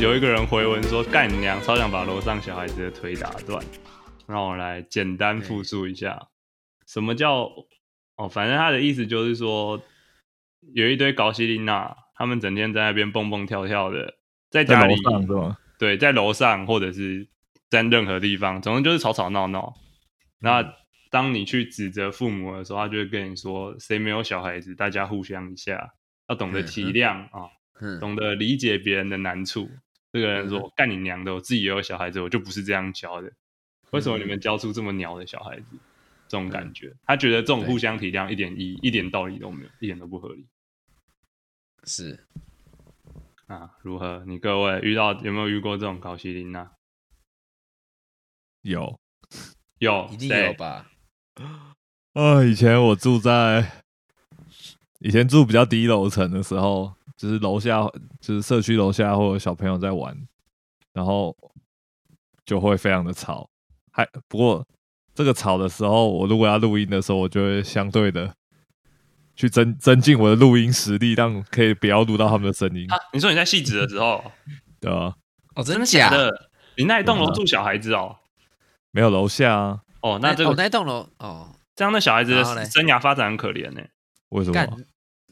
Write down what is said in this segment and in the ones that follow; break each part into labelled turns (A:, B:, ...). A: 有一个人回文说：“干你娘，超想把楼上小孩子的腿打断。”让我来简单复述一下，什么叫哦？反正他的意思就是说，有一堆搞西丽娜，他们整天在那边蹦蹦跳跳的，在
B: 在
A: 家
B: 楼
A: 里
B: 上是吗？
A: 对，在楼上或者是在任何地方，总之就是吵吵闹闹。
B: 嗯
A: 那当你去指责父母的时候，他就会跟你说：“谁没有小孩子？大家互相一下，要懂得体谅啊，
C: 嗯，
A: 懂得理解别人的难处。”这个人
C: 嗯
A: 说：“干你娘的！我自己也有小孩子，我就不是这样教的。为什么
C: 嗯
A: 你们教出这么鸟的小孩子？”这种感觉，他觉得这种
C: 对
A: 互相体谅一点一一点道理都没有，一点都不合理
C: 是
A: 啊！如何？你各位遇到有没有遇过这种高希林呢？
B: 有哦
A: 有，
C: 一定
A: 谁
C: 有吧？
B: 啊、以前我住在以前住比较低楼层的时候，就是楼下就是社区楼下会有小朋友在玩，然后就会非常的吵。还不过这个吵的时候，我如果要录音的时候，我就会相对的去增增进我的录音实力，让可以不要录到他们的声
C: 啊
B: 音，
A: 你说你在戏子的时候，
B: 对吧、
C: 哦，真的假
A: 真？的，你那一栋楼住小孩子哦，
B: 没有楼下啊？
A: 哦，那这
C: 我
A: 个
C: 嗯那栋楼哦，
A: 这样的小孩子的
C: 然后嘞
A: 生涯发展很可怜呢，
B: 为什
C: 干
B: 么？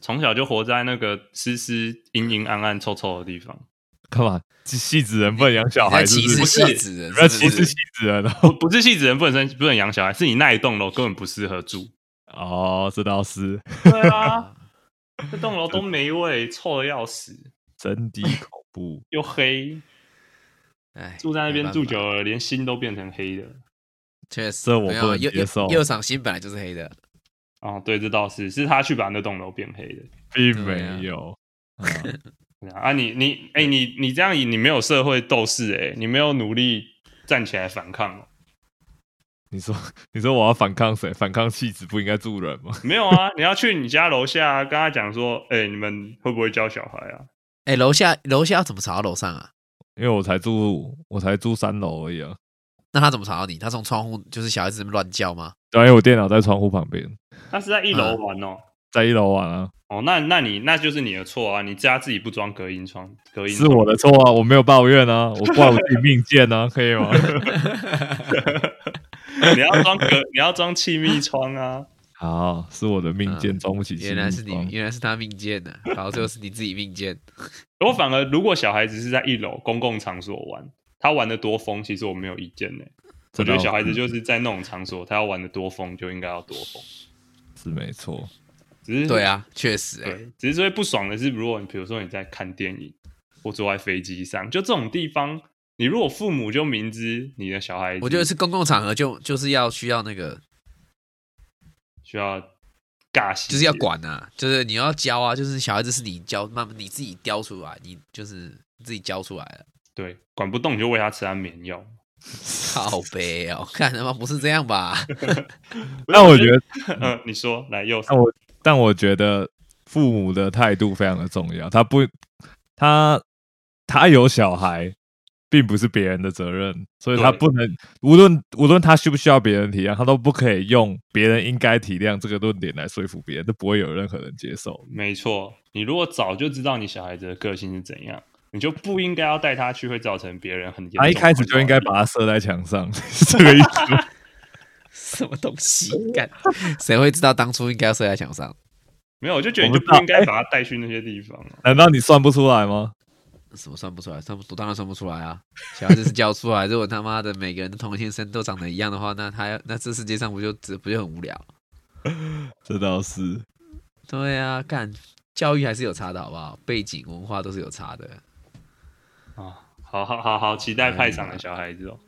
A: 从小就活在那个湿湿、阴阴、暗暗、臭臭的地方，
B: 干嘛？戏子人不能养小
C: 你在
B: 孩，是
C: 歧
B: 不是
C: 视
A: 不是
C: 戏子 人
B: 不要
C: 是
B: 歧
C: 不
B: 视
C: 是
B: 戏？子人哦。
A: 不不是戏子人不能生不能养小孩，是你那一栋楼根本不适合住。
B: 哦，这倒是
A: 对啊，这栋楼都没味，臭的要死，
B: 真的恐怖。
A: 又黑，
C: 哎，
A: 住在那边
C: 没办法
A: 住久了，连心都变成黑的。
C: 确实
B: 这我
C: 没有啊
B: 不能
C: 右
B: 接受
C: 右右赏心本来就是黑的，
A: 哦，对，这倒是，是他去把那栋楼变黑的。
B: 并
C: 对啊
B: 没有。啊
A: 对啊，啊你你哎、你你这样你没有社会斗士哎、你没有努力站起来反抗哦。
B: 你说，你说我要反抗谁？反抗戏子不应该住人吗？
A: 没有啊，你要去你家楼下、啊跟他讲说，哎、你们会不会教小孩啊？
C: 哎，楼下楼下要怎么吵到楼上啊？
B: 因为我才住，我才住三楼而已啊。
C: 那他怎么吵到你？他从窗户就是小孩子这么乱叫吗？
B: 对啊，因为我电脑在窗户旁边，
A: 他是在一楼玩哦。
B: 在一楼玩啊，
A: 哦，那那你那就是你的错啊！你家自己不装隔音窗，隔音
B: 是我的错啊，我没有抱怨啊，我怪我自己命贱啊，可以吗？
A: 窗 你要装隔，你要装气密窗啊！
B: 好，是我的命贱，装不起哦气
C: 原来是你
B: 装，
C: 原来是他命贱的，然后最后是你自己 命贱。
A: 我反而如果小孩子是在一楼公共场所玩，他玩的多疯，其实我没有意见呢、我
B: 这
A: 觉得
B: 倒
A: 小孩子
C: 嗯
A: 就是在那种场所，他要玩的多疯就应该要多疯，
B: 是没错。
A: 只是
C: 对啊，确实、哎，
A: 对，只是最不爽的是，如果你比如说你在看电影或坐在飞机上，就这种地方，你如果父母就明知你的小孩子，
C: 我觉得是公共场合就就是要需要那个，
A: 需要尬戏，
C: 就是要。管啊，就是你要教啊，就是小孩子是你教，慢慢你自己雕出来，你就是自己教出来啊了。
A: 对，管不动你就喂他吃安眠药。
C: 靠背哦，看他妈不是这样吧？
B: 但我觉得，
A: 嗯， 你说来右手
B: 但，我但我觉得父母的态度非常的重要，他不他他有小孩，并不是别人的责任，所以他
A: 对
B: 不能无论无论他需不需要别人体谅，他都不可以用别人应该体谅这个论点来说服别人，都不会有任何人接受。
A: 没错，你如果早就知道你小孩子的个性是怎样，你就不应该要带他去，会造成别人很严重。
B: 啊他一开始就
A: 啊
B: 应该把他射在墙上，是这个意思吗。
C: 什么东西？干，谁会知道当初应该要射在墙上？
A: 没有，我就觉得你就不应
B: 哎
A: 该把他带去那些地方啊。
B: 难道你算不出来吗？
C: 什么算不出来？算不，我当然算不出来啊！小孩子是教出来，如果他妈的每个人的同一天生都长得一样的话，那他那这世界上不就只不就很无聊？
B: 这倒是，
C: 对啊，干教育还是有差的好不好？背景文化都是有差的。
A: 啊，好好好好，
B: 哎
A: 期待派场的小孩子哦。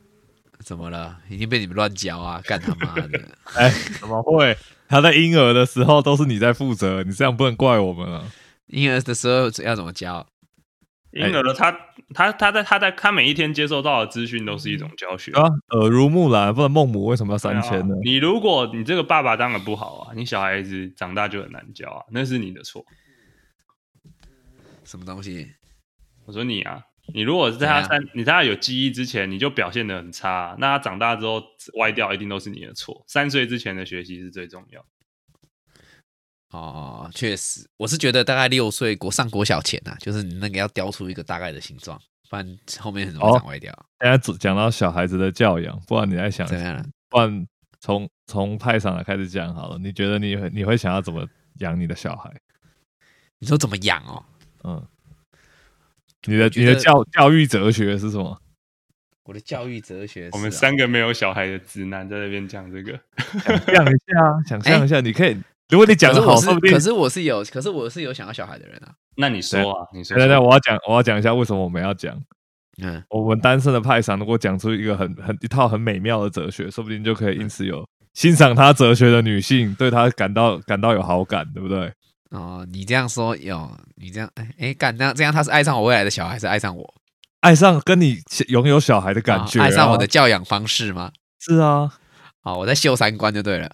C: 怎么了？已经被你们乱教啊！干他妈的！
B: 哎，怎么会？他在婴儿的时候都是你在负责，你这样不能怪我们啊。
C: 婴儿的时候要怎么教？
A: 婴儿他他他在他在他每一天接受到的资讯都是一种教学
B: 对。啊，耳濡目染，不然孟母为什么要三千呢
A: 对啊？你如果你这个爸爸当然不好啊，你小孩子长大就很难教啊，那是你的错。
C: 什么东西？
A: 我说你啊，你如果是在他
C: 怎
A: 三你在他有记忆之前你就表现的很差啊、那他长大之后歪掉一定都是你的错。三岁之前的学习是最重要。
C: 哦，确实，我是觉得大概六岁国上国小前啊，就是你那个要雕出一个大概的形状，不然后面很容
B: 哦
C: 易长歪掉。
B: 大家只讲到小孩子的教养，不然你在想
C: 怎么样了？
B: 不然从从派上来开始讲好了。你觉得你会你会想要怎么养你的小孩？
C: 你说怎么养哦？
B: 嗯，你的
C: 觉
B: 你的
C: 得
B: 教教育哲学是 什么？
C: 我的教育哲学是啊、
A: 我们三个没有小孩的直男在那边讲这个，
B: 想象一下，啊想象一下，你可以，如果你讲
C: 哎可
B: 的
C: 是
B: 好，
C: 我
B: 说
C: 是
B: 不定
C: 可。是我是有，可是我是有想要小孩的人啊。
A: 那你说啊，你说
B: 对对对，我要讲，我要讲一下为什么我们要讲。
C: 嗯，
B: 我们单身的派上，如果讲出一个很很一套很美妙的哲学，说不定就可以因此有欣赏他哲学的女性对他感到感到有好感，对不对？
C: 哦，你这样说有，你这样哎哎干，那这样他是爱上我未来的小孩，还是爱上我？
B: 爱上跟你拥有小孩的感
C: 啊
B: 觉、
C: 爱上我的，教养方式吗？
B: 是啊，
C: 好，我在秀三观就对了。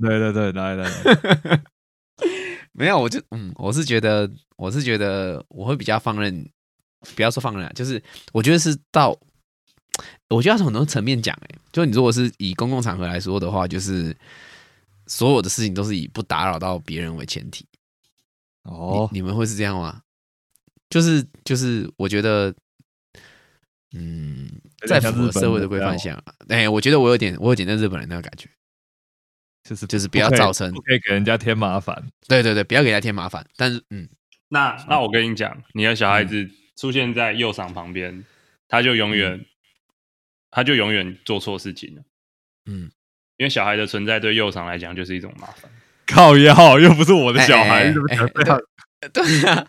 B: 对对对，来来来，
C: 没有，我就嗯，我是觉得，我是觉得我会比较放任，不要说放任啊，就是我觉得是到，我觉得要从很多层面讲，哎，就你如果是以公共场合来说的话，就是所有的事情都是以不打扰到别人为前提。
B: 哦，
C: 你你们会是这样吗？就是就是，我觉得，嗯，
B: 有
C: 在
B: 点像
C: 符合
B: 日本
C: 社会
B: 人
C: 的规
B: 这样
C: 范
B: 哦
C: 下，哎，我觉得我有点，我有点在日本人那个感觉，
B: 就是
C: 就是不要
B: 可以
C: 造成
B: 不可以给人家添麻烦。
C: 对对对，不要给他添麻烦。但是，嗯，
A: 那那我跟你讲，你的
B: 嗯
A: 小孩子出现在右上旁边，他就永
B: 嗯
A: 远、他就永远做错事情了。
C: 嗯，
A: 因为小孩的存在对右上来讲就是一种麻烦。
B: 靠腰，又不是我的小
C: 哎
B: 孩，
C: 哎
B: 你怎么
C: 哎
B: 讲这样？
C: 对 啊，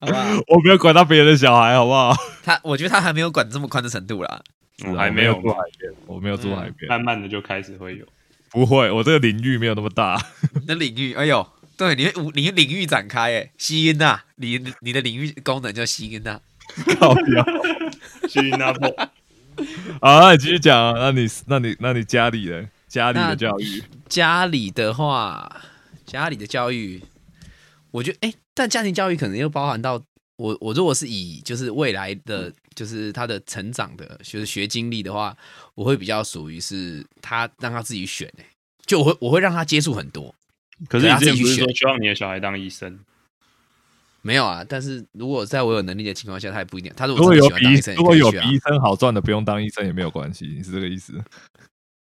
C: 好不好？
B: 我没有管到别人的小孩，好不 好？
C: 他，我觉得他还没有管这么宽的程度啦。
A: 我
B: 是啊
A: 还没有
B: 我住海边，我没有住海边，
C: 嗯
A: 慢慢的就开始会有。
B: 不会，我这个领域没有那么大。
C: 你的领域，哎呦，对，你会你的领域展开，哎，吸音呐、你你的领域功能叫吸音呐、
B: 靠 腰，
A: 新加坡，
B: 好，那你继续讲啊。那你那你那你家里人家里的教育，
C: 家里的话，家里的教育，我觉得，哎、但家庭教育可能又包含到我，我如果是以就是未来的，就是他的成长的，就是学经历的话，我会比较属于是他让他自己选、哎，就我会我会让他接触很多。
A: 可是
C: 对
A: 你
C: 他
A: 之前
C: 自己
A: 不是
C: 选
A: 说希望你的小孩当医生？
C: 没有啊，但是如果在我有能力的情况下，他也不一定。他如
B: 如
C: 果
B: 果
C: 真的
B: 有
C: 喜欢
B: 比
C: 当医生，
B: 如果有
C: 也
B: 比
C: 可以去
B: 医
C: 啊，
B: 生好赚的，不用当医生也没有关系，你是这个意思？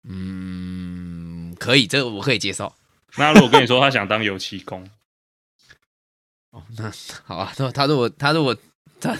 C: 嗯，可以，这个我可以接受。
A: 那如果跟你说他想当油漆工，
C: 哦，那好啊，他他如果他如果他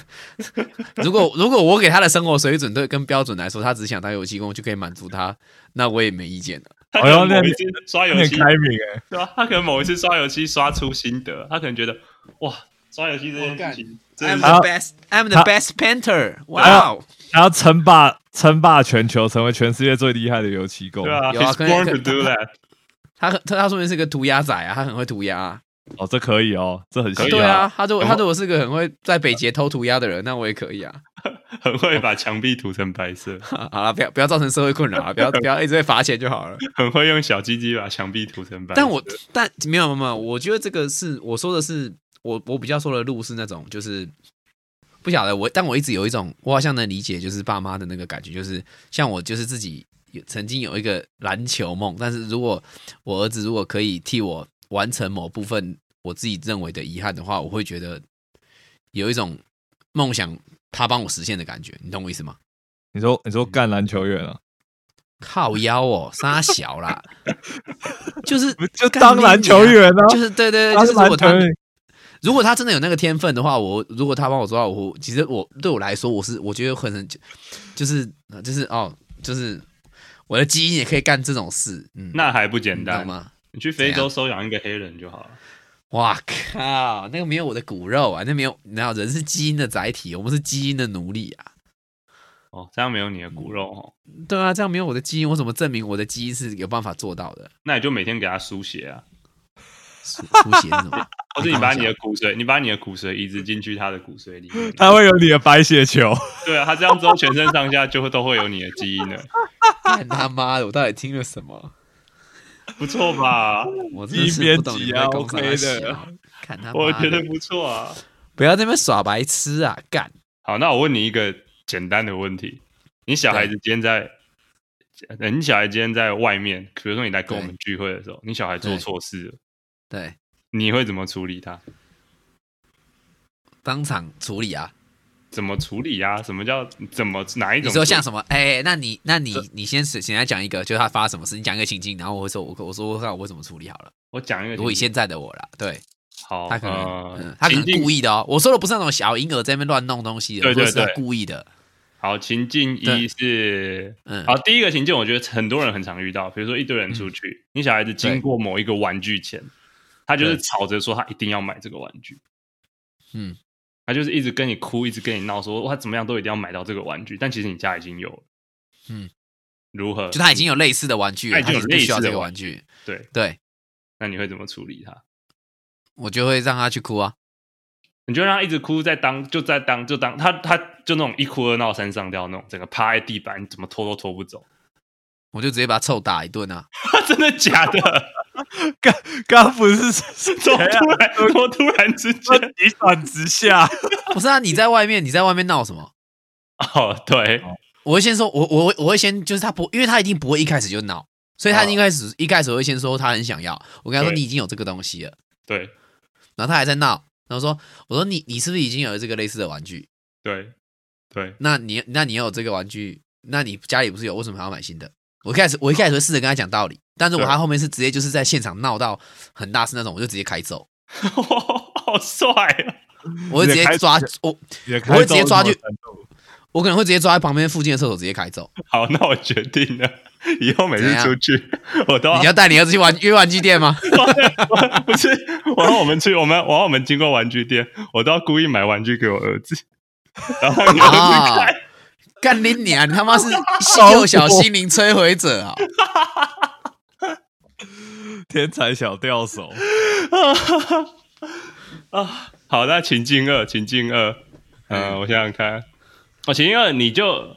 C: 如果如果我给他的生活水准对跟标准来说，他只想当油漆工就可以满足他，那我也没意见的。
A: 他
B: 哎
A: 可
B: 呦
A: 能
B: 那
A: 某
B: 你
A: 一次刷
B: 你
A: 油
B: 很
A: 漆，
B: 开明哎、
A: 对吧、啊他可能某一次刷油漆刷出心得，他可能觉得哇，刷油漆这件事情真
C: I'm
A: 的是
B: 啊
C: the best, I'm the
B: 他
C: best 哦 painter.
B: 啊
C: Wow，
B: 他要称霸称霸全球，成为全世界最厉害的油漆工。
A: 对啊
C: 有啊
A: ，He's
C: 可能
A: born
C: 可
A: to do that。
C: 他很他他说明是个涂鸦仔啊，他很会涂鸦、啊。
B: 哦，这可以哦，这很
A: 可以
B: 稀
C: 对
B: 罕，
C: 啊，他如果
A: 然
C: 他
A: 后
C: 如果是个很会在北捷偷涂鸦的人，那我也可以啊。
A: 很会把墙壁涂成白色，
C: 好了，不要不要造成社会困扰啊，不要不要一直被罚钱就好了。
A: 很会用小鸡鸡把墙壁涂成白色。
C: 但我但没有没有没有，我觉得这个是我说的是我我比较说的路是那种就是不晓得我，但我一直有一种我好像能理解，就是爸妈的那个感觉，就是像我就是自己有曾经有一个篮球梦，但是如果我儿子如果可以替我完成某部分我自己认为的遗憾的话，我会觉得有一种梦想他帮我实现的感觉，你懂我意思吗？
B: 你说你说干篮球员啊，
C: 靠腰 哦，杀小啦，就是
B: 就
C: 干
B: 当
C: 你
B: 篮球
C: 娘
B: 员啊，
C: 就是对对对，
B: 他
C: 就是是
B: 篮
C: 如果
B: 球
C: 他
B: 员。
C: 如果他真的有那个天分的话，我如果他帮我抓到，我其实我对我来说，我是我觉得可能就就是就是哦，就是我的基因也可以干这种事，嗯，
A: 那还不简
C: 你懂
A: 单？
C: 吗？
A: 你去非
C: 怎
A: 洲收养一个黑人就好了。
C: 哇靠，那个没有我的骨肉啊，那没有，你知道人是基因的载体，我们是基因的奴隶啊，
A: 哦，这样没有你的骨肉哦，
C: 对啊，这样没有我的基因，我怎么证明我的基因是有办法做到的？
A: 那你就每天给他输血啊，
C: 书书写是什么？
A: 或者你把你的骨髓，你把你的骨髓移植进去他的骨髓里 面。啊
B: 他会有你的白血球，
A: 对啊，他这样之后全身上下就会都会有你的基因了，
C: 干他妈的，我到底听了什么？
A: 不错吧？
C: 我真的是不懂你们在攻啥
B: 一边挤啊，OK
C: 小
B: 的，
C: 看他妈的，
A: 我觉得不错啊。
C: 不要在那边耍白痴啊，干。
A: 好，那我问你一个简单的问题：你小孩子今天在，呃你小孩今天在外面，比如说你来跟我们聚会的时候，你小孩做
C: 对
A: 错事了，
C: 对，
A: 你会怎么处理他？
C: 当场处理啊，
A: 怎么处理啊？什么叫怎么哪一
C: 你
A: 种？
C: 说像什么？哎、那你那你你先简单讲一个，就是他发生什么事，你讲一个情境，然后我会说，我我说我看我会怎么处理好了。
A: 我讲一个
C: 如果以
A: 情
C: 现在的我啦，对
A: 好，
C: 他可能、
A: 呃
C: 嗯、他可
A: 情
C: 能
A: 境
C: 故意的哦。我说的不是那种小婴儿在那边乱弄东西的，
A: 对对
C: 我说的是
A: 对
C: 他故意的。
A: 好情境一
C: 对
A: 是
C: 嗯，
A: 好第一个情境，我觉得很多人很常遇到，比如说一堆人出去，你小孩子经过某一个玩具前，他就是
C: 对
A: 吵着说他一定要买这个玩具，
C: 嗯，
A: 他就是一直跟你哭，一直跟你闹，说哇怎么样都一定要买到这个玩具，但其实你家已经有了，
C: 嗯，
A: 如何？
C: 就他已经有类似的玩具
A: 他
C: 了，
A: 已经有
C: 他只是不需要
A: 类似的
C: 这个
A: 玩
C: 玩具。
A: 对，
C: 对，
A: 那你会怎么处理他？
C: 我就会让他去哭啊。
A: 你就让他一直哭，在当就在当就当他他就那种一哭二闹三上吊那种，整个趴在地板，你怎么拖都拖不走。
C: 我就直接把他臭打一顿啊！
A: 真的假的？
B: 刚刚不是是
A: 怎
C: 啊
A: 么突然怎么突然之 间？
B: 急转直下？
C: 不是啊，你在外面，你在外面闹什么？
A: 哦，对，
C: 我会先说，我我我会先就是他不，因为他一定不会一开始就闹，所以他
A: 哦
C: 一开始、一开始我会先说他很想要。我跟他说
A: 对
C: 你已经有这个东西了，
A: 对
C: 然后他还在闹，然后说我说你你是不是已经有这个类似的玩具？
A: 对对，
C: 那你那你有这个玩具，那你家里不是有，为什么还要买新的？我一开始我一开始会试着跟他讲道理，但是我
A: 对
C: 他后面是直接就是在现场闹到很大声那种，我就直接开走，
A: 好帅啊！
C: 我会直接
B: 开
C: 抓我
B: 也
C: 我会直接抓去
B: 开刀是什么程度
C: 我可能会直接抓在旁边附近的厕所直接开走。
A: 好，那我决定了，以后每次出去我都
C: 你要带你儿子去玩约玩具店吗？
A: 不是我让我们去，我们我让我们经过玩具店，我都要故意买玩具给我儿子， 然后让你儿子
C: 啊
A: 看。！
C: 干你娘！你他 妈是幼小心灵摧毁者啊！
B: 天才小吊手，
A: 啊，好，那情境二，情境二，嗯，
B: 嗯
A: 我想想看，哦，情境二，你就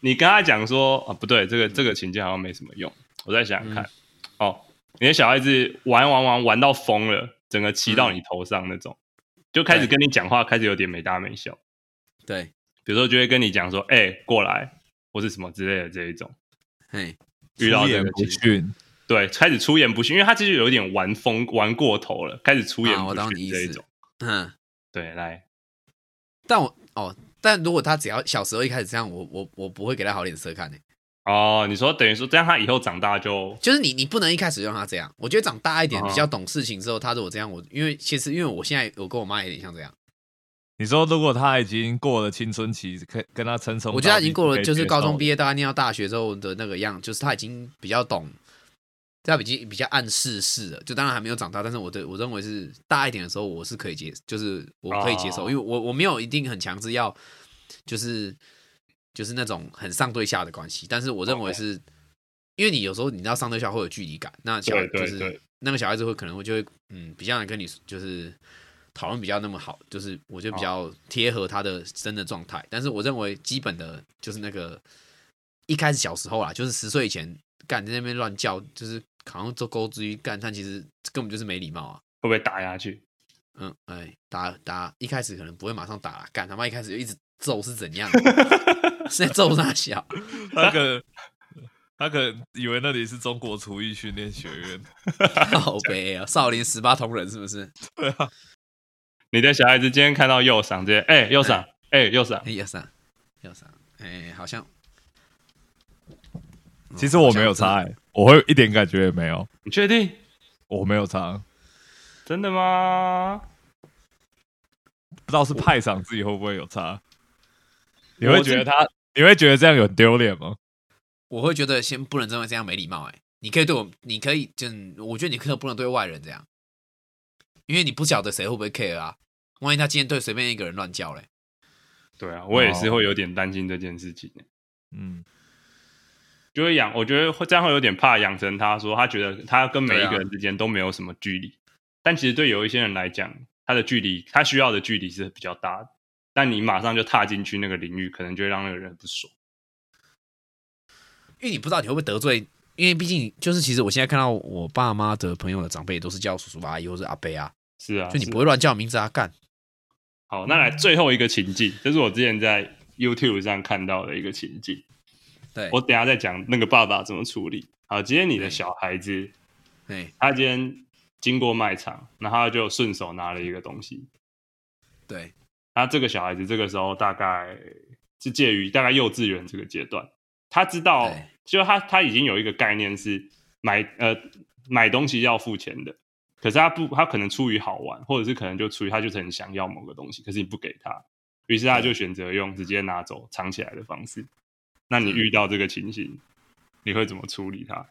A: 你跟他讲说啊，不对，这个这个情境好像没什么用，我再想想
C: 嗯
A: 看，哦，你的小孩子玩玩玩玩到疯了，整个骑到你头上那种，就开始
C: 嗯对
A: 跟你讲话，开始有点没大没小，
C: 对，
A: 比如说就会跟你讲说，哎、过来，或是什么之类的这一种，
C: 嘿，
A: 遇到
B: 出
A: 这
B: 言
A: 个
B: 不
A: 情境
B: 逊，
A: 对，开始出言不逊，因为他其实有点玩疯玩过头了，开始出言
C: 啊
A: 不
C: 我懂你
A: 逊
C: 意
A: 这一
C: 思
A: 种，
C: 嗯，
A: 对，来，
C: 但我哦，但如果他只要小时候一开始这样，我我我不会给他好脸色看的、
A: 哦，你说等于说这样，他以后长大就
C: 就是你你不能一开始就让他这样。我觉得长大一点
A: 啊
C: 比较懂事情之后，他如果这样，我因为其实因为我现在我跟我妈有点像这样，
B: 你说如果他已经过了青春期，可以跟他称称，
C: 我觉得他已经过了就是高中毕
B: 业，
C: 业到他念到大学之后的那个样，就是他已经比较懂。他已经比较暗示式了，就当然还没有长大，但是我对我认为是大一点的时候，我是可以接，就是我可以接受，
A: 哦
C: 因为我我没有一定很强制要，就是就是那种很上对下的关系，但是我认为是，因为你有时候你知道上对下会有距离感，那小
A: 对对
C: 就是
A: 对
C: 那个小孩子会可能会就会嗯比较能跟你就是讨论比较那么好，就是我
A: 哦
C: 觉得比较贴合他的真的状态。但是我认为基本的就是那个一开始小时候啦，就是十岁以前干在那边乱叫，就是好像做勾之于干，但其实根本就是没礼貌啊。
A: 会不会打下去？
C: 嗯，哎，打打一开始可能不会马上打啦，干他妈一开始就一直揍是怎样？ 是在揍他小？
B: 他可能他可能以为那里是中国厨艺训练学院，
C: 好悲啊！少林十八铜人是不是？
A: 你的小孩子今天看到右赏，直接哎右赏，哎右赏，
C: 哎，要三，要三，哎，好像。
B: 其实我没有差、欸，我会一点感觉也没有，
A: 你确定
B: 我没有差，
A: 真的吗？
B: 不知道是派上自己会不会有差，你
A: 我
B: 会
A: 是
B: 觉得他，你会觉得这样有很丢脸吗？
C: 我会觉得先不能这么这样没礼貌哎、你可以对我，你可以就我觉得你可不能对外人这样，因为你不晓得谁会不会 care 啊，万一他今天对随便一个人乱叫嘞，
A: 对啊，
C: 哦
A: 我也是会有点担心这件事情，
B: 嗯，
A: 就会养，我觉得会这样会有点怕养成他说他觉
C: 啊
A: 得他跟每一个人之间都没有什么距离，但其实对有一些人来讲，他的距离他需要的距离是比较大的，但你马上就踏进去那个领域，可能就会让那个人很不爽。
C: 因为你不知道你会不会得罪，因为毕竟就是其实我现在看到我爸妈的朋友的长辈都是叫叔叔阿姨或是阿伯啊，
A: 是啊，
C: 就你
A: 是
C: 不会乱叫名字啊，干
A: 好，那来最后一个情境，这是我之前在 YouTube 上看到的一个情境。
C: 对，
A: 我等一下再讲那个爸爸怎么处理。好，今天你的
C: 对
A: 小孩子，
C: 哎
A: 他今天经过卖场，然后他就顺手拿了一个东西，
C: 对
A: 他这个小孩子这个时候大概是介于大概幼稚园这个阶段，他知道
C: 对，
A: 就他他已经有一个概念是买呃买东西要付钱的，可是他不，他可能出于好玩，或者是可能就出于他就是很想要某个东西，可是你不给他，于是他就选择用直接拿走藏起来的方式。那你遇到这个情形，你会怎么处理它？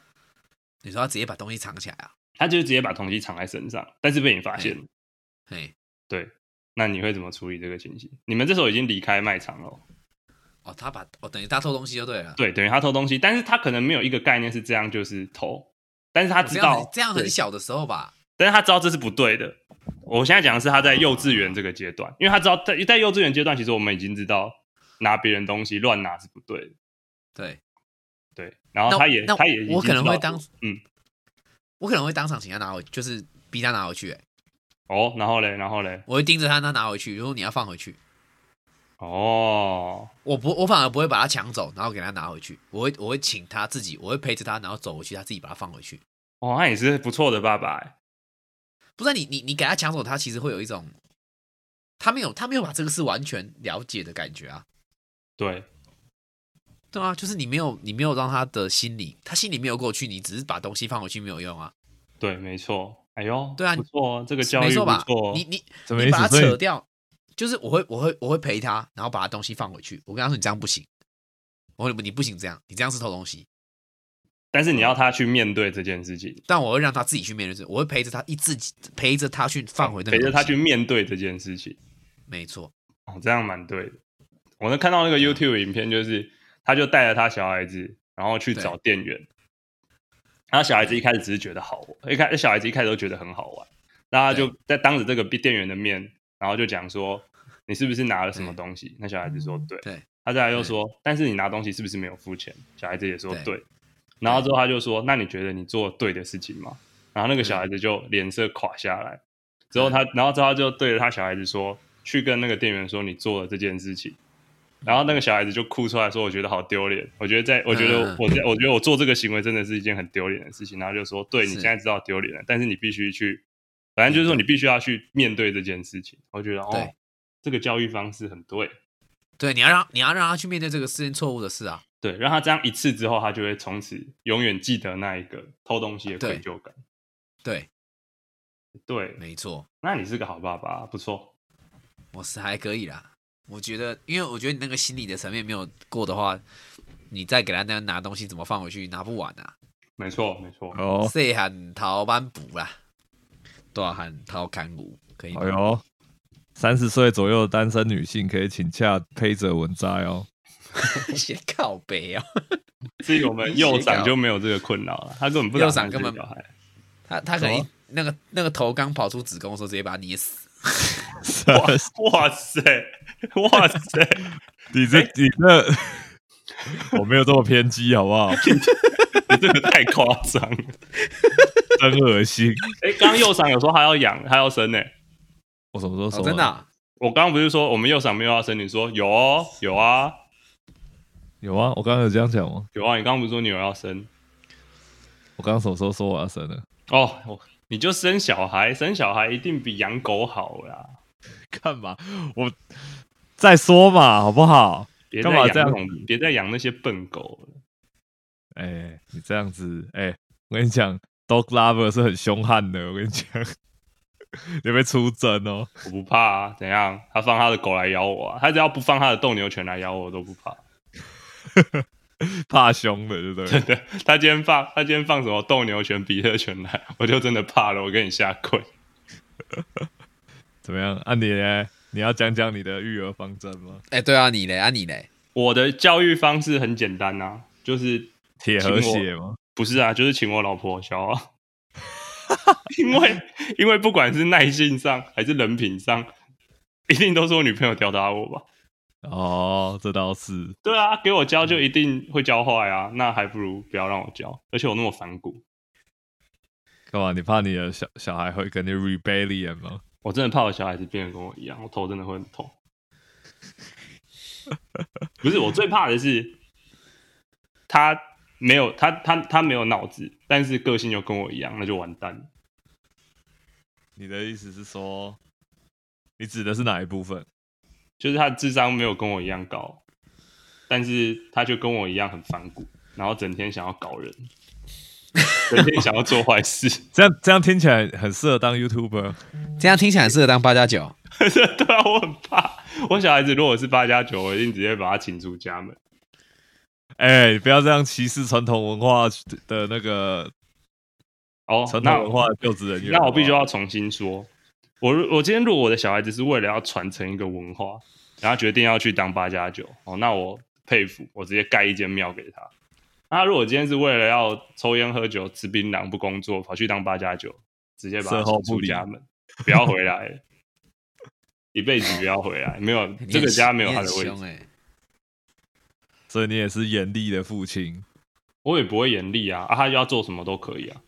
C: 你说他直接把东西藏起来啊？
A: 他就直接把东西藏在身上，但是被你发现了，
C: 嘿，
A: 对，那你会怎么处理这个情形？你们这时候已经离开卖场了哦，
C: 哦，他把哦等于他偷东西就对了。
A: 对，等于他偷东西，但是他可能没有一个概念是这样就是偷，但是他
C: 哦
A: 知
C: 这样
A: 道
C: 很这样
A: 对
C: 很小的时候吧？
A: 但是他知道这是不对的。我现在讲的是他在幼稚园这个阶段，因为他知道在在幼稚园阶段，其实我们已经知道拿别人东西乱拿是不对的，
C: 对，
A: 对。然后
C: 那
A: 他也
C: 那
A: 他也已经
C: 我可能会
A: 知道
C: 当
A: 嗯
C: 我可能会当场请他拿回，就是逼他拿回去、欸
A: 哦，然后嘞，然后嘞，
C: 我会盯着他，他拿回去。如果你要放回去，
A: 哦，
C: 我不，我反而不会把他抢走，然后给他拿回去。我会，我会请他自己，我会陪着他，然后走回去，他自己把它放回去。
A: 哦，那也是不错的爸爸欸，
C: 不然你你你给他抢走，他其实会有一种他没有他没有把这个事完全了解的感觉啊。
A: 对，
C: 对啊，就是你没有你没有让他的心里，他心里没有过去，你只是把东西放回去没有用啊。
A: 对，没错。哎呦，
C: 对啊
A: 不错哦，这个教育
C: 没
A: 不
C: 错吧？
A: 错哦。
C: 你你
B: 什么
C: 你
B: 意
C: 把
B: 思？
C: 它
B: 所
C: 扯
B: 以
C: 掉，就是我会我会我会陪他，然后把他东西放回去。我跟他说你这样不行，我说你不行这样，你这样是偷东西。
A: 但是你要他去面对这件事情，
C: 但我会让他自己去面对这，我会陪着他一自己陪着他去放回那个
A: 陪着他
C: 东西
A: 去，面对这件事情。
C: 没错，
A: 哦，这样蛮对的。我能看到那个 YouTube 影片，就是他就带着他小孩子，然后去找店员。然后小孩子一开始只是觉得好玩，一开小孩子一开始都觉得很好玩，那他就在当着这个店员的面，然后就讲说你是不是拿了什么东西？那小孩子说对，
C: 对
A: 他再来又说，但是你拿东西是不是没有付钱？小孩子也说
C: 对
A: 对，然后之后他就说，那你觉得你做对的事情吗？然后那个小孩子就脸色垮下来，之后他，然后之后他就对着他小孩子说，去跟那个店员说你做了这件事情。然后那个小孩子就哭出来说：“我觉得好丢脸，我觉得在，我觉
C: 嗯嗯
A: 得
C: 嗯
A: 我在，我觉得我做这个行为真的是一件很丢脸的事情。”然后就说：“对你
C: 是
A: 现在知道丢脸了，但是你必须去，反正就是说你必须要去面对这件事情。”我觉得哦
C: 对，
A: 这个教育方式很对。
C: 对，你要让你要让他去面对这个事情错误的事啊。
A: 对，让他这样一次之后，他就会从此永远记得那一个偷东西的愧疚感。
C: 对，
A: 对，
C: 没错，
A: 那你是个好爸爸，不错。
C: 我是还可以啦。我觉得，因为我觉得你那个心理的层面没有过的话，你再给他那样拿东西怎么放回去，拿不完啊。
A: 没错，没错。
B: 哦，
C: 细汉头班补啦，大汉头砍骨，可以吗
B: 哎呦，三十岁左右的单身女性可以请假配着文摘哦。
C: 写靠背哦。
A: 至于我们右长就没有这个困扰了，他根本不打算
C: 右长根本
A: 生小孩。
C: 他他可能
B: 什
C: 一
B: 么
C: 那个那个头刚跑出子宫的时候，直接把他捏死。
A: 哇塞，哇塞，
B: 你这你这，我没有这么偏激好不好？
A: 你这个太夸张了。
B: 真恶心！
A: 哎，刚刚右长有说他要养，他要生呢、
B: 我什么时候
C: 哦，
B: 说、
C: 真的、啊？
A: 我刚刚不是说我们右长没有要生？你说有哦，有啊，
B: 有啊，我刚刚有这样讲吗？
A: 有啊。你刚刚不是说你有要生？
B: 我刚刚什么时候说我要生了？
A: 哦，我你就生小孩，生小孩一定比养狗好啦。
B: 干嘛？我再说嘛，好不好？
A: 别再
B: 干嘛
A: 养
B: 这样
A: 那种别再养那些笨狗了。
B: 哎、你这样子，哎、我跟你讲，dog lover 是很凶悍的，我跟你讲， 你被出征哦。
A: 我不怕啊，怎样？他放他的狗来咬我啊，他只要不放他的斗牛犬来咬我，我都不怕。
B: 怕凶的，对不对？
A: 对他今天放他今天放什么斗牛犬、比特犬来，我就真的怕了，我跟你下跪。
B: 怎么样？啊你呢？你要讲讲你的育儿方针吗？
C: 哎、对啊，你嘞啊你嘞，
A: 我的教育方式很简单啊，就是
B: 铁和谐吗？
A: 不是啊，就是请我老婆教啊。 因为因为不管是耐性上还是人品上，一定都是我女朋友吊打我吧？
B: 哦，这倒是。
A: 对啊，给我教就一定会教坏啊，那还不如不要让我教，而且我那么反骨。
B: 干嘛？你怕你的小小孩会跟你 rebellion 吗？
A: 我真的怕我小孩子变得跟我一样，我头真的会很痛。不是，我最怕的是他没有他他他没有脑子，但是个性又跟我一样，那就完蛋了。
B: 你的意思是说，你指的是哪一部分？
A: 就是他的智商没有跟我一样高，但是他就跟我一样很反骨，然后整天想要搞人，整天想要做坏事。
B: 这样这样听起来很适合当 YouTuber。
C: 这样听起来很适合当八加九。
A: 对啊，我很怕，我小孩子如果是八加九，我一定直接把他请出家门。
B: 哎、不要这样歧视传统文化的那个
A: 哦，
B: 传
A: 那
B: 统文化的就职人员。
A: 那我必须
B: 好
A: 要重新说，我如我今天如果我的小孩子是为了要传承一个文化，然后决定要去当八加九，哦，那我佩服，我直接盖一间庙给他。那他如果今天是为了要抽烟喝酒、吃槟榔、不工作，跑去当八加九，直接把他
B: 售后
A: 请出
B: 不理
A: 家门，不要回来了，一辈子不要回来，没有 这个家没有他的位置。
C: 哎、
B: 不好所以你也是严厉的父亲
A: 我也不会严厉啊，啊，他要做什么都可以啊，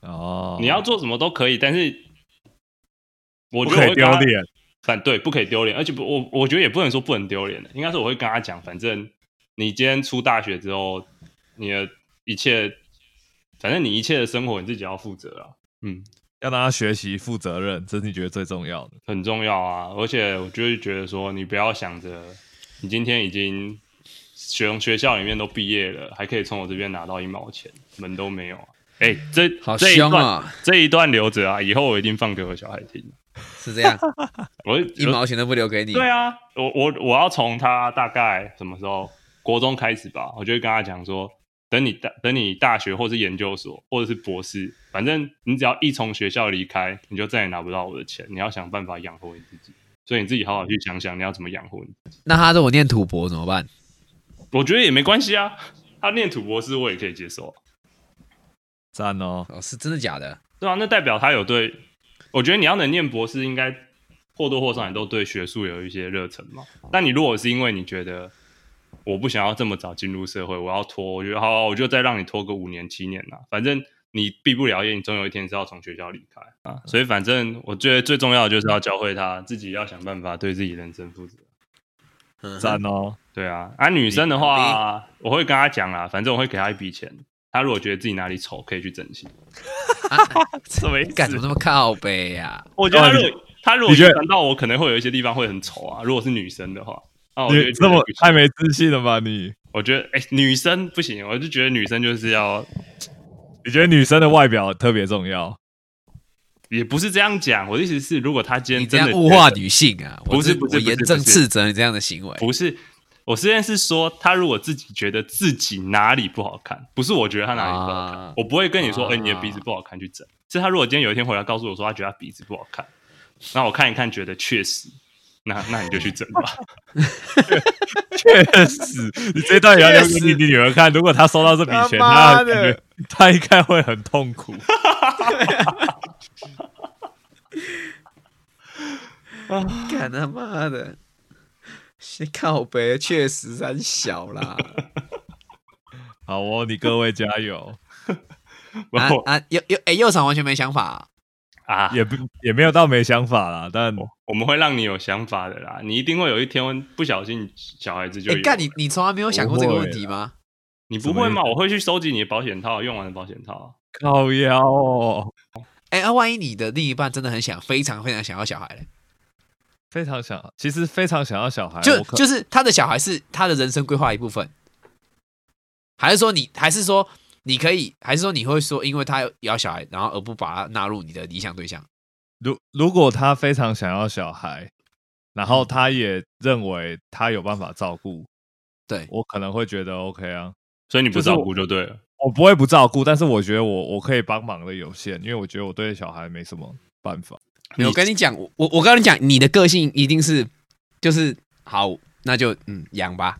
B: 哦。
A: 你要做什么都可以，但是我
B: 不
A: 觉得
B: 可
A: 我
B: 以
A: 会跟
B: 丢
A: 他，
B: 脸，
A: 反对不可以丢脸，而且不，我我觉得也不能说不能丢脸的，应该是我会跟他讲，反正你今天出大学之后，你的一切，反正你一切的生活你自己要负责啊，嗯，
B: 要让他学习负责任，这是你觉得最重要的。
A: 很重要啊，而且我就是觉得说，你不要想着你今天已经学学校里面都毕业了，还可以从我这边拿到一毛钱，门都没有啊。哎、这
C: 好
A: 这一段
C: 凶啊！
A: 这一段留着啊，以后我一定放给我小孩听。
C: 是这 样，
A: 我
C: 一毛钱都不留给你。
A: 对啊，我我我要从他大概什么时候国中开始吧，我就会跟他讲说，等你大等你大学或是研究所或者是博士，反正你只要一从学校离开，你就再也拿不到我的钱，你要想办法养活你自己。所以你自己好好去想想你要怎么养活你。
C: 那他如果念土博怎么办？
A: 我觉得也没关系啊，他念土博士我也可以接受啊、
B: 赞哦，
C: 哦，是真的 假的？
A: 对啊，那代表他有对，我觉得你要能念博士，应该或多或少你都对学术有一些热忱嘛。但你如果是因为你觉得我不想要这么早进入社会，我要拖，我觉得好、啊，我就再让你拖个五年七年啦、反正你毕不了业，你总有一天是要从学校离开啊。所以反正我觉得最重要的就是要教会他自己要想办法对自己人生负责。
C: 嗯
B: 赞哦，
A: 对啊，啊女生的话，我会跟她讲啊，反正我会给她一笔钱，她如果觉得自己哪里丑，可以去整形。 什么意思
C: 哎干什么那么靠背啊呀、
A: 我觉得他如
B: 哦
A: 果他如果
B: 你觉得
A: 传到我，可能会有一些地方会很丑啊。如果是女生的话，啊，我觉
B: 你
A: 得
B: 这么
A: 不行
B: 太没自信了吧你？
A: 我觉得哎、女生不行，我就觉得女生就是要，
B: 你觉得女生的外表特别重要？
A: 也不是这样讲。我的意思是，如果她今
C: 你
A: 天
C: 这
A: 真
C: 样
A: 的
C: 物化女性啊！我
A: 不是
C: 这
A: 不是不
C: 我
A: 是
C: 严正
A: 不是
C: 斥责你这样的行为。
A: 不是，我现在是说，她如果自己觉得自己哪里不好看，不是我觉得她哪里不好看，
C: 啊
A: 我不会跟你说，
C: 啊
A: 哎、你的鼻子不好看去整。是她如果今天有一天回来告诉我说，她觉得她鼻子不好看，那我看一看，觉得确实，那那你就去整吧。
B: 确实，你这段也要留给你
C: 确实
B: 你女儿看。如果她收到这笔钱，
C: 他妈
B: 她感觉
C: 的
B: 她应该会很痛苦。
C: 干他妈的！先靠背，确实三小啦。
B: 好哦，你各位加油！
A: 然
C: 啊
A: 后
C: 啊，右右哎，右场完全没想法啊、
A: 啊，
B: 也不也没有到没想法啦，但
A: 我们会让你有想法的啦，你一定会有一天不小心小孩子就
C: 哎、
A: 有。啊
C: 干你，你从来没有想过这个问题吗？
A: 你不会
B: 什
A: 吗？
B: 么意
A: 我会去收集你的保险套，用完的保险套。啊
B: 靠腰哦，
C: 哎、啊，万一你的另一半真的很想，非常非常想要小孩嘞，
B: 非常想，其实非常想要小
A: 哎
B: 孩，
C: 就
B: 我可
C: 就是他的小孩是他的人生规划一部分，还是说你，还是说你可以，还是说你会说，因为他要小孩，然后而不把他纳入你的理想对象？
B: 如如果他非常想要小孩，然后他也认为他有办法照顾，
C: 对
B: 我可能会觉得 OK 啊，
A: 所以你不照
B: 就
A: 顾就对了。
B: 我不会不照顾，但是我觉得我我可以帮忙的有限，因为我觉得我对小孩没什么办法。
A: 你
C: 我跟你讲，我我我跟你讲，你的个性一定是就是好，那就嗯养吧，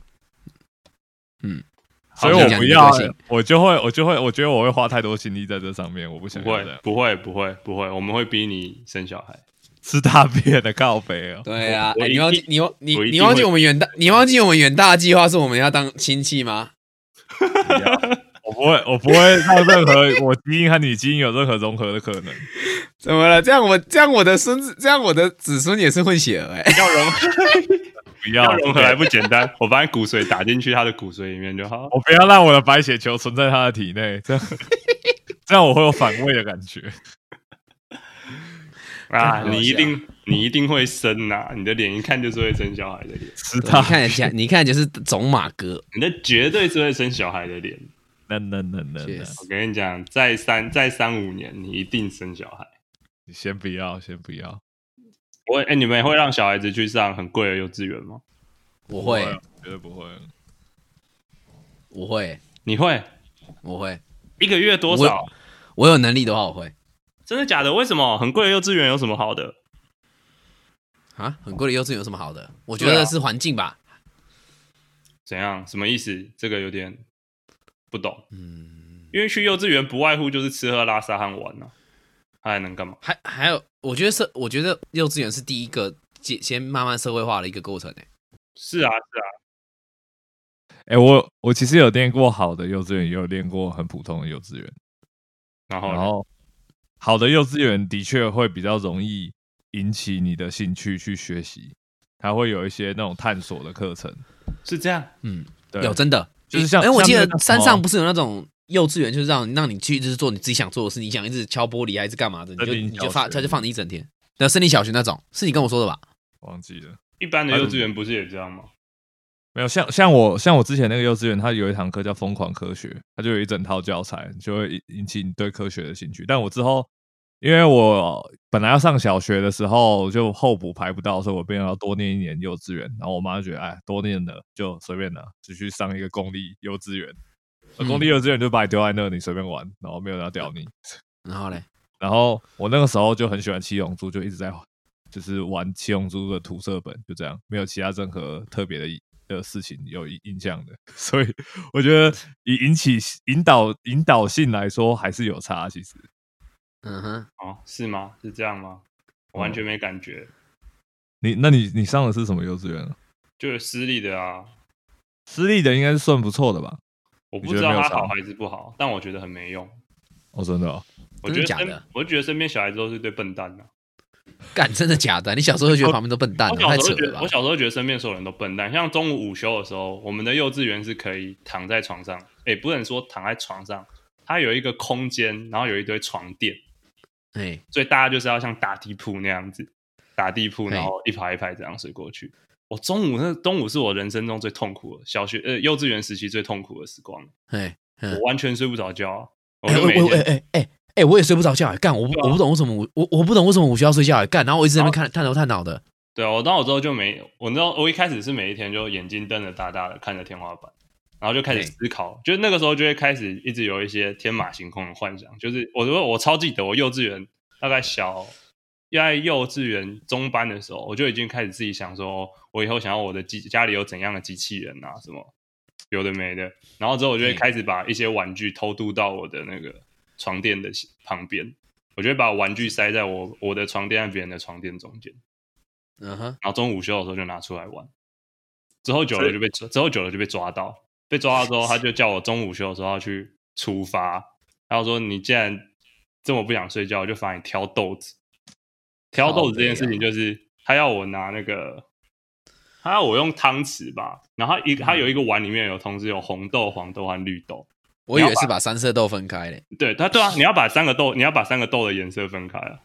C: 嗯，
B: 所以
C: 好
B: 我
C: 你讲
B: 不
C: 你的
B: 要
C: 个性，
B: 我就会，我就会，我觉得我会花太多心力在这上面，我不想
A: 不
B: 要这
A: 会
B: 样，
A: 不会，不会，不会，我们会逼你生小孩。
B: 吃大便的告白哦。
C: 对啊，
A: 我
C: 哎
A: 一
C: 你忘记
A: 定
C: 你忘你
A: 我一定
C: 你忘记
A: 会
C: 我们远大你忘记我们远大的计划是我们要当亲戚吗？
B: 不要我不会，我不会让任何我基因和你基因有任何融合的可能。
C: 怎么了？这样我这样我的孙子这样我的子孙也是混血儿哎、
A: 要融
B: 不 要啊
A: 要融合还不简单，我把你骨髓打进去他的骨髓里面就好。啊
B: 我不要让我的白血球存在他的体内，这样这样我会有反胃的感觉。
A: 啊，
C: 好
A: 你一定你一定会生呐、你的脸一看就是会生小孩的脸，
B: 吃
C: 对
B: 它
C: 你。 看起来，你看就是种马哥，
A: 你的绝对是会生小孩的脸。
B: 那那那那
C: 确
B: 那，
C: 实
A: 我跟你讲，再三再三五年，你一定生小孩。
B: 你先不要，先不要。
A: 我哎、你们会让小孩子去上很贵的幼稚园吗？
B: 不
C: 我会，
B: 啊，绝对不会。
C: 我会，
A: 你会
C: 我会，
A: 一个月多少？
C: 我有能力的话我会
A: 真的假的？为什么很贵的幼稚园有什么好的？
C: 啊。很贵的幼稚园有什么好的？我觉
A: 对啊
C: 得是环境吧。
A: 怎样？什么意思？这个有点不懂，
C: 嗯，
A: 因为去幼稚园不外乎就是吃喝拉撒和玩呢、啊，他还能干嘛？
C: 还还有，我觉得是，我觉得幼稚园是第一个先先慢慢社会化的一个过程诶、欸
A: 是啊，是啊，
B: 哎、我我其实有练过好的幼稚园，也有练过很普通的幼稚园。
A: 然后
B: 然
A: 呢
B: 后，好的幼稚园的确会比较容易引起你的兴趣去学习，它会有一些那种探索的课程。
A: 是这样，
C: 嗯，
B: 对，
C: 有真的，
B: 就是像
C: 因为我记得
B: 像那个什么
C: 山上不是有那种幼稚园，就是让让你去，就是做你自己想做的事，你想一直敲玻璃还是干嘛的，你就
B: 森林
C: 你就
B: 小
C: 发
B: 学
C: 他就放你一整天。那森林小学那种是你跟我说的吧？
B: 忘记了。
A: 一般的幼稚园不是也这样吗？
B: 没有像像我像我之前那个幼稚园，它有一堂课叫《疯狂科学》，它就有一整套教材，就会引引起你对科学的兴趣。但我之后，因为我本来要上小学的时候就候补排不到，所以我变成要多念一年幼稚园。然后我妈就觉得，哎，多念了就随便了，只去上一个公立幼稚园。那呃公立幼稚园就把你丢在那里随便玩，然后没有人要屌你。
C: 然后嘞，
B: 然后我那个时候就很喜欢七龙珠，就一直在就是玩七龙珠的涂色本，就这样，没有其他任何特别的的事情有印印象的。 所以我觉得以引起引导引导性来说，还是有差。其实
C: 嗯哼，
A: 哦，是吗？是这样吗？我
B: 哦
A: 完全没感觉，
B: 你那你你上的是什么幼稚园啊？
A: 就是私立的啊，
B: 私立的应该是算不错的吧？
A: 我
B: 你
A: 不
B: 觉
A: 知
B: 得
A: 道
B: 没有
A: 它
B: 差
A: 好
B: 吗
A: 还是不好，但我觉得很没用。
B: 哦，真的、哦，
A: 我
C: 真
A: 觉
C: 的
A: 得
C: 假
A: 身
C: 的，
A: 我觉得身边小孩子都是一堆笨蛋的、
C: 干真的假的？你小时候就觉得旁边都笨蛋
A: 我
C: 了，
A: 小
C: 啊太
A: 时
C: 扯
A: 候觉
C: 了
A: 得，
C: 吧
A: 我？小时候觉得身边所有人都笨蛋。像中午午休的时候，我们的幼稚园是可以躺在床上，也、不能说躺在床上，它有一个空间，然后有一堆床垫，
C: 哎，
A: 所以大家就是要像打地铺那样子，打地铺，
C: 嘿
A: 然后一排一排这样睡过去。我中午那中午是我人生中最痛苦的，小学呃幼稚园时期最痛苦的时光，
C: 哎，嗯
A: 我完全睡不着觉啊、我
C: 哎
A: 就每
C: 我我哎
A: 天
C: 哎哎哎，我也睡不着觉哎，干我不
A: 对啊
C: 我不懂为什么我我我不懂为什么午休要睡觉哎，干，然后我一直在那边看探头探脑的，
A: 对啊，我到我之后就没，我那我一开始是每一天就眼睛瞪得大大的看着天花板，然后就开始
C: 对
A: 思考，就是那个时候就会开始一直有一些天马行空的幻想，就是我我我超记得我幼稚园大概小，在幼稚园中班的时候，我就已经开始自己想说，哦我以后想要我的机家里有怎样的机器人啊，什么有的没的，然后之后我就会
C: 对
A: 开始把一些玩具偷渡到我的那个床垫的旁边，我就会把玩具塞在我我的床垫和别人的床垫中间。
C: 嗯哼，
A: 然后中午午休的时候就拿出来玩。之后久了就被之后久了就被抓到，被抓到之后他就叫我中午午休的时候要去出发，然后说你既然这么不想睡觉，我就罚你挑豆子。挑豆子这件事情就是他要我拿那个，他要我用汤匙吧，然后一他有一个碗里面有同时有红豆、黄豆和绿豆，
C: 我以为是把三色豆分开嘞，
A: 对他对啊，你要把三个豆你要把三个豆的颜色分开啊，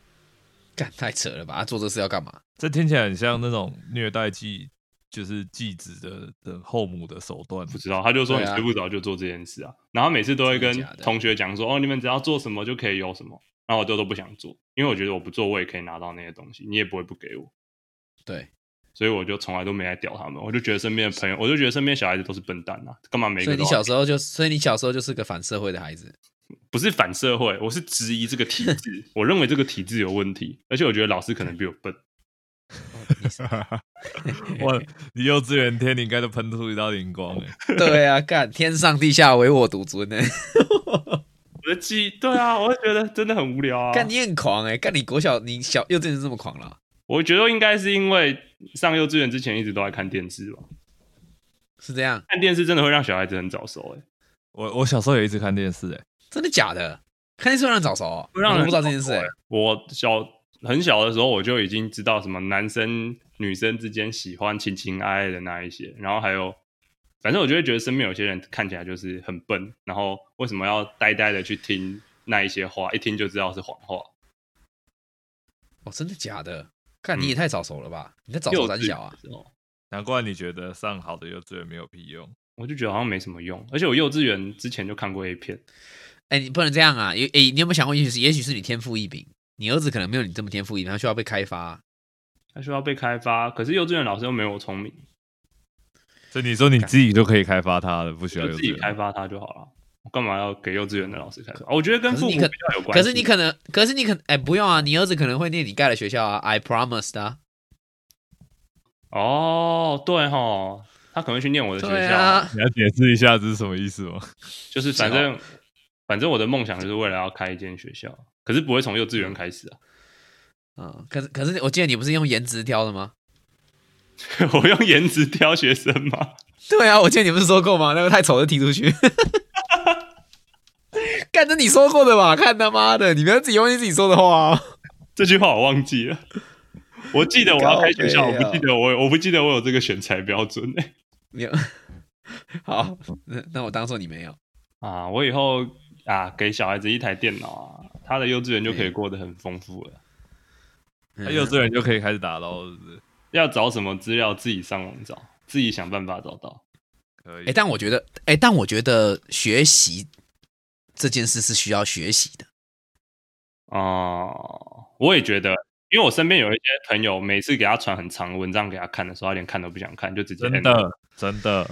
C: 干太扯了吧？他啊做这事要干嘛？
B: 这听起来很像那种虐待继就是继子的的后母的手段。
A: 不知道，他就说你
C: 对啊
A: 睡不着就做这件事啊，然后每次都会跟
C: 真的假的
A: 同学讲说，哦，你们只要做什么就可以有什么，然后我就都不想做，因为我觉得我不做我也可以拿到那些东西，你也不会不给我，
C: 对，
A: 所以我就从来都没来屌他们，我就觉得身边的朋友，我就觉得身边小孩子都是笨蛋啊，干嘛每一
C: 所
A: 个
C: 以
A: 都
C: 你小时候就，所以你小时候就是个反社会的孩子。
A: 不是反社会，我是质疑这个体制，我认为这个体制有问题，而且我觉得老师可能比我笨，
B: 哇，你幼稚园天，你应该都喷出一道灵光哎、
C: 对啊，干天上地下唯我独尊呢、
A: 我的记忆对啊，我就觉得真的很无聊啊，
C: 干你很狂哎、干你国小你小幼稚园就这么狂了，
A: 我觉得应该是因为上幼稚园之前一直都在看电视吧，
C: 是这样？
A: 看电视真的会让小孩子很早熟、欸，
B: 我我小时候也一直看电视哎、
C: 真的假的？看电视会让人早熟、哦，
A: 会让人欸
C: 我都不知道这件事哎、
A: 我小很小的时候，我就已经知道什么男生女生之间喜欢情情爱爱的那一些，然后还有，反正我就会觉得身边有些人看起来就是很笨，然后为什么要呆呆的去听那一些话，一听就知道是谎话。
C: 哦，真的假的？看
A: 嗯
C: 你也太早熟了吧？你在早熟胆小啊？
A: 哦，
B: 难怪你觉得上好的幼稚园没有屁用。
A: 我就觉得好像没什么用，而且我幼稚园之前就看过 A 片，
C: 哎、你不能这样啊！也哎、你有没有想过，也许是也许是你天赋异禀，你儿子可能没有你这么天赋异禀，他需要被开发啊、
A: 他说要被开发，可是幼稚园老师又没我聪明，
B: 所以你说你自己就可以开发它了，不需要
A: 就
B: 幼
A: 自
B: 稚
A: 己
B: 园。
A: 开发它就好了。我干嘛要给幼稚园的老师开发？哦我觉得跟
C: 可是
A: 父母比
C: 你可
A: 较有关
C: 可
A: 系。
C: 是你可能，可是你可哎、不用啊，你儿子可能会念你盖的学校啊，I promised 啊，
A: 哦，对哈，他可能会去念我的学
C: 对
A: 校，
C: 啊，
B: 你要解释一下这是什么意思吗？
A: 就是反正反正我的梦想就是为了要开一间学校，可是不会从幼稚园开始啊。
C: 嗯，可是可是我记得你不是用颜值挑的吗？
A: 我用颜值挑学生吗？
C: 对啊，我记得你不是说过吗？那个太丑的踢出去。 干这你说过的吧？看他妈的，你不要自己忘记自己说的话、哦。
A: 这句话我忘记了。我记得我要开学校，
C: 靠
A: 我
C: 北
A: 不
C: 啊
A: 记得我有我不记得我有这个选材标准、 欸、
C: 你 好，那那我当做你没有。
A: 啊！我以后啊给小孩子一台电脑啊，他的幼稚园就可以过得很丰富了。
B: 他幼稚园就可以开始打喽，是不是？
A: 要找什么资料自己上网找，自己想办法找到。
B: 可
C: 哎、
B: 以。
C: 但我觉得，哎、但我觉得学习这件事是需要学习的。
A: 哦、我也觉得，因为我身边有一些朋友，每次给他传很长的文章给他看的时候，他连看都不想看，就直接
B: 真的 真的，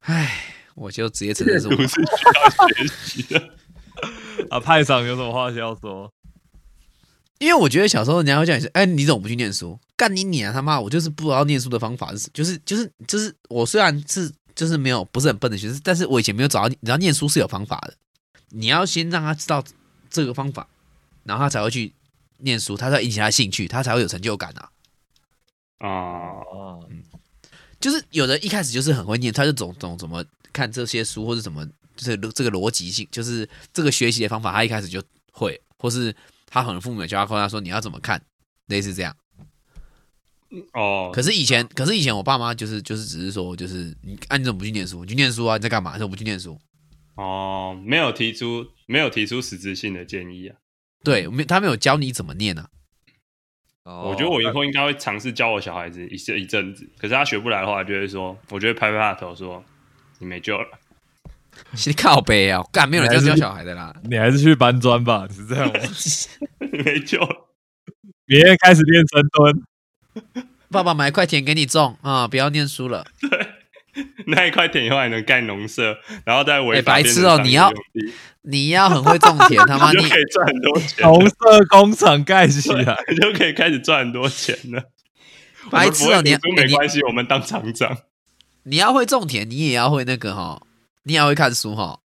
C: 唉，我就直接承认是
A: 不
C: 我
A: 是需要学习的。
B: 啊，派上有什么话要说？
C: 因为我觉得小时候人家会叫你说，哎、你怎么不去念书？干你你啊他妈！我就是不知道念书的方法是，就是就是就是我虽然是就是没有不是很笨的学生，但是我以前没有找到，你知道念书是有方法的，你要先让他知道这个方法，然后他才会去念书，他才会引起他的兴趣，他才会有成就感啊。
A: 啊、
B: 啊，
C: 就是有的一开始就是很会念，他就总总怎么看这些书或者怎么，就是这个逻辑性，就是这个学习的方法，他一开始就会，或是他可能父母有教他，跟他说你要怎么看，类似这样。
A: 哦，
C: 可是以前，可是以前我爸妈就是就是只是说就是你啊你怎么不去念书？你去念书啊？你在干嘛？你怎么不去念书？
A: 哦，没有提出没有提出实质性的建议啊。
C: 对，没他没有教你怎么念啊。
B: 哦
A: 我觉得我以后应该会尝试教我小孩子一些一阵子，可是他学不来的话，就会说，我就会拍拍他的头说，你没救了。
C: 你靠背啊，干没有人这样教小孩的啦。
B: 你还是去搬砖吧，是这样 吗？
A: 你没救了，
B: 明天开始练深 蹲，
C: 爸爸买块田给你种啊，不要念书了。
A: 那一块田以后还能盖农舍，然后再违法、
C: 哎白痴哦你要你要很会种 田，他妈
A: 你
C: 你
A: 就可以赚很多钱，
B: 红色工厂盖起来。
A: 你就可以开始赚很多钱了。
C: 白痴
A: 我们不会
C: 哦、你要
A: 读书
C: 哎
A: 没
C: 你
A: 关系，我们当厂长。
C: 你要会种田，你也要会那个哈，你也要会看书哈。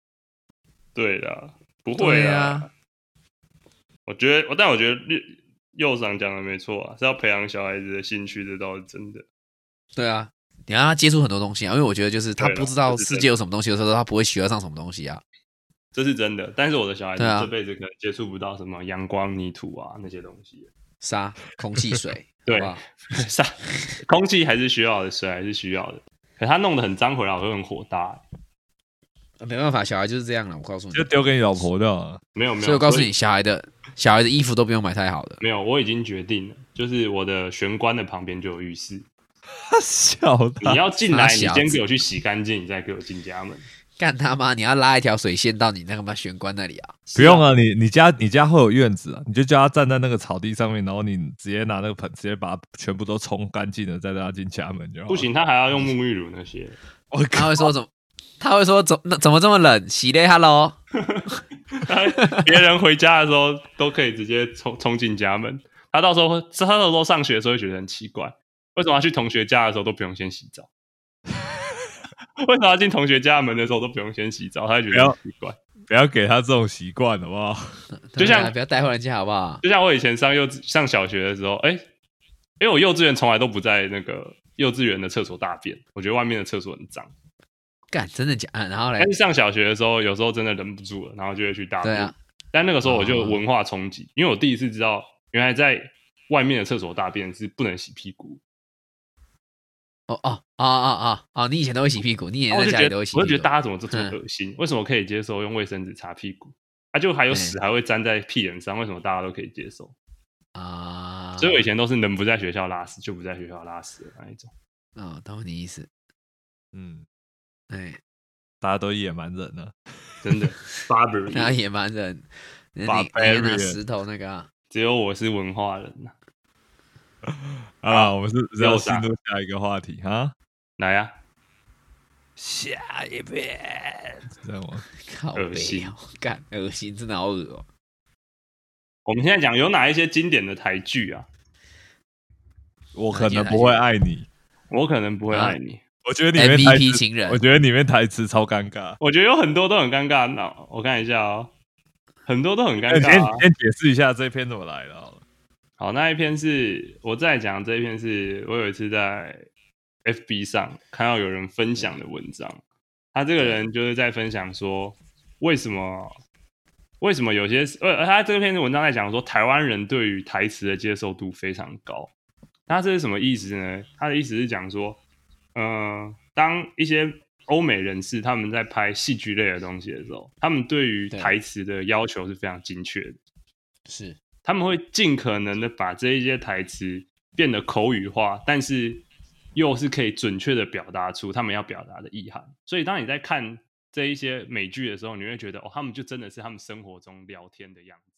A: 对啦，不会
C: 对
A: 啦。
C: 啊
A: 我觉得，我但我觉得右右上讲的没错啊，是要培养小孩子的兴趣，这倒是真的。
C: 对啊，你让他接触很多东西啊，因为我觉得就是他
A: 对啦
C: 不知道
A: 这是
C: 世界有什么东西的时候，他不会学得上什么东西啊。
A: 这是真的，但是我的小孩子
C: 对啊
A: 这辈子可能接触不到什么阳光、泥土啊那些东西。
C: 沙、空气、水，
A: 对
C: 好不好
A: 啥？空气还是需要的，水还是需要的。可他弄得很脏回来，我会很火大、
C: 没办法，小孩就是这样了。我告诉你
B: 就，丢给你老婆的、啊。
A: 没有没有，
C: 所以我告诉
A: 所
C: 你，小孩的小孩的衣服都不用买太好的
A: 以，。没有，我已经决定了，就是我的玄关的旁边就有浴室。
B: 他 小
A: 你
B: 的，
A: 要进来，
C: 傻
A: 你
C: 小
A: 先
C: 子
A: 给我去洗干净，你再给我进家门。
C: 干他妈！你要拉一条水线到你那个妈玄关那里啊！
B: 不用啊，你你家你家会有院子啊，你就叫他站在那个草地上面，然后你直接拿那个盆，直接把它全部都冲干净了，再让他进家门就好。
A: 不，行， 他还要用沐浴乳那些。
B: 我靠，
C: 他会说 怎么？他会说怎那怎么这么冷？洗嘞，hello。
A: 他别人回家的时候都可以直接冲冲进家门。他到时候会，他到时候上学的时候会觉得很奇怪，为什么要去同学家的时候都不用先洗澡？ 为什么要进同学家门的时候都不用先洗澡？他会觉
B: 不
A: 得
B: 要
A: 很奇怪。
B: 不要给他这种习惯好不好？
A: 就像
C: 对啊不要带坏人家好不好？
A: 就像我以前上幼稚上小学的时候，哎、因为我幼稚园从来都不在那个幼稚园的厕所大便，我觉得外面的厕所很脏。
C: 干，真的假的？然后嘞
A: 但，是上小学的时候，有时候真的忍不住了，然后就会去大便。
C: 对啊，
A: 但那个时候我就有文化冲击，因为我第一次知道，原来在外面的厕所大便是不能洗屁股。
C: 哦哦哦哦哦哦，你以前都会洗屁股，你以
A: 然
C: 前
A: 后我
C: 在
A: 就
C: 家
A: 觉
C: 里
A: 得，
C: 都
A: 我
C: 会洗屁股，
A: 就觉得大家怎么这么
C: 嗯
A: 恶心？为什么可以接受
C: 嗯
A: 用卫生纸擦屁股？啊，就还有屎还会粘在屁眼上，为什么大家都可以接受？
C: 啊，
A: 所以我以前都是能不在学校拉屎就不在学校拉屎的那一种。
C: 啊，懂你意思，
B: 嗯，
C: 哎，
B: 大家都野蛮人呢、
A: 真的，barber，
C: 那野蛮人，那你你也
B: Barbarian
C: 拿石头那个啊，
A: 只有我是文化人呐、
B: 啊。好啦，我们是不是要
A: 又
B: 进
A: 啥
B: 入下一个话题啊？
A: 来呀、
C: 下一遍，
B: 这样吗？
C: 靠
A: 恶
C: 北
A: 心
C: 哦，干恶心，真的好恶哦，
A: 我们现在讲有哪一些经典的台剧啊？
B: 我可能不会爱你。
A: 我可能不
C: 啊
A: 会爱你，
B: 我觉得里面台
C: MVP
B: 词，
C: 情人
B: 我觉得里面台词超尴尬。
A: 我觉得有很多都很尴尬。那我看一下哦，很多都很尴
B: 哎，你先
A: 尬、
B: 你
A: 啊。
B: 先解释一下这篇怎么来的好了。
A: 好，那一篇是我再讲这一篇是我有一次在 FB 上看到有人分享的文章，他这个人就是在分享说为什么为什么有些呃他这篇文章在讲说台湾人对于台词的接受度非常高，那这是什么意思呢？他的意思是讲说，呃，当一些欧美人士他们在拍戏剧类的东西的时候，他们对于
C: 对
A: 台词的要求是非常精确的。
C: 是
A: 他们会尽可能的把这一些台词变得口语化，但是又是可以准确的表达出他们要表达的意涵。所以，当你在看这一些美剧的时候，你会觉得哦，他们就真的是他们生活中聊天的样子。